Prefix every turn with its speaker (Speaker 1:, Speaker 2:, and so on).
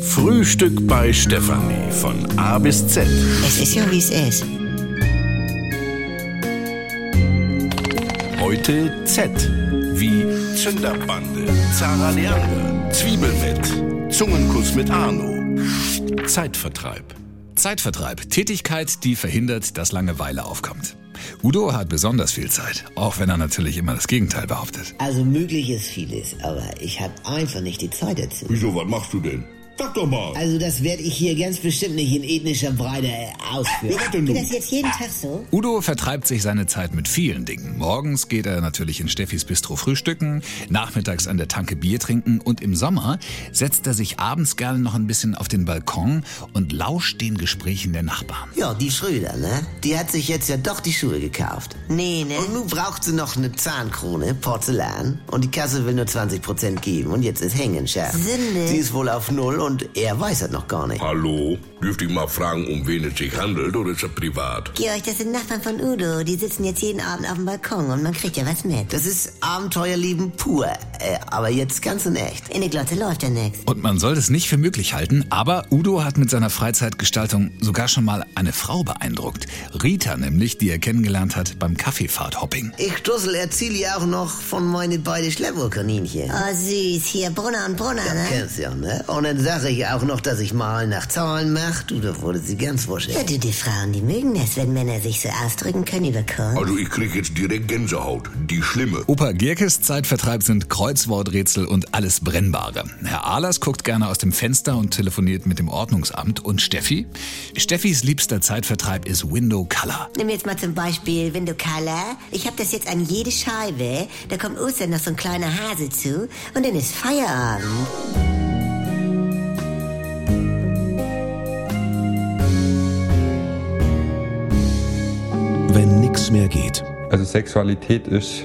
Speaker 1: Frühstück bei Stefanie von A bis Z.
Speaker 2: Es ist ja, wie es ist.
Speaker 1: Heute Z wie Zünderbande, Zara Leander, Zwiebelwett, Zungenkuss mit Arno, Zeitvertreib.
Speaker 3: Zeitvertreib, Tätigkeit, die verhindert, dass Langeweile aufkommt. Udo hat besonders viel Zeit, auch wenn er natürlich immer das Gegenteil behauptet.
Speaker 4: Also möglich ist vieles, aber ich habe einfach nicht die Zeit dazu.
Speaker 5: Wieso, was machst du denn? Sag doch mal.
Speaker 4: Also das werde ich hier ganz bestimmt nicht in ethnischer Breite äh,
Speaker 5: Ja,
Speaker 4: ausführen.
Speaker 5: was denn
Speaker 2: Geht
Speaker 5: nun?
Speaker 2: das jetzt jeden Tag so?
Speaker 3: Udo vertreibt sich seine Zeit mit vielen Dingen. Morgens geht er natürlich in Steffis Bistro frühstücken, nachmittags an der Tanke Bier trinken und im Sommer setzt er sich abends gerne noch ein bisschen auf den Balkon und lauscht den Gesprächen der Nachbarn.
Speaker 4: Ja, die Schröder, ne? Die hat sich jetzt ja doch die Schuhe gekauft.
Speaker 2: Nee, ne?
Speaker 4: Und nun braucht sie noch eine Zahnkrone, Porzellan. Und die Kasse will nur 20% geben. Und jetzt ist hängen, Chef.
Speaker 2: Sünde.
Speaker 4: Sie ist wohl auf Null und er weiß das noch gar nicht.
Speaker 5: Hallo? Dürfte ich mal fragen, um wen es sich handelt oder ist das privat?
Speaker 2: Georg, das sind Nachbarn von Udo. Die sitzen jetzt jeden Abend auf dem Balkon und man kriegt ja was mit.
Speaker 4: Das ist Abenteuerleben pur. Äh, aber jetzt ganz in echt.
Speaker 2: In der Glotze läuft ja nix.
Speaker 3: Und man soll es nicht für möglich halten, aber Udo hat mit seiner Freizeitgestaltung sogar schon mal eine Frau beeindruckt. Rita nämlich, die er kennengelernt hat beim Kaffeefahrthopping.
Speaker 4: Ich Dussel erzähle ja auch noch von meine beiden Schleppurkaninchen.
Speaker 2: Oh, süß. Hier, Brunner und Brunner, ne?
Speaker 4: Kennst ja, ne? Und dann sage ich auch noch, dass ich mal nach Zahlen mache. Du, da wurde sie ganz wuschig.
Speaker 2: Ja, du, die Frauen, die mögen das, wenn Männer sich so ausdrücken können über
Speaker 4: Oh.
Speaker 2: Korn.
Speaker 5: Also ich krieg jetzt direkt Gänsehaut. Die schlimme.
Speaker 3: Opa Gierkes Zeitvertreib sind Kreuzworträtsel und alles Brennbare. Herr Ahlers guckt gerne aus dem Fenster und telefoniert mit dem Ordnungsamt. Und Steffi? Steffis liebster Zeitvertreib ist Window Color.
Speaker 2: Nimm jetzt mal zum Beispiel Window Color. Ich hab das jetzt an jede Scheibe. Da kommt Ostern noch so ein kleiner Hase zu und dann ist Feierabend.
Speaker 6: Wenn nix mehr geht.
Speaker 7: Also Sexualität ist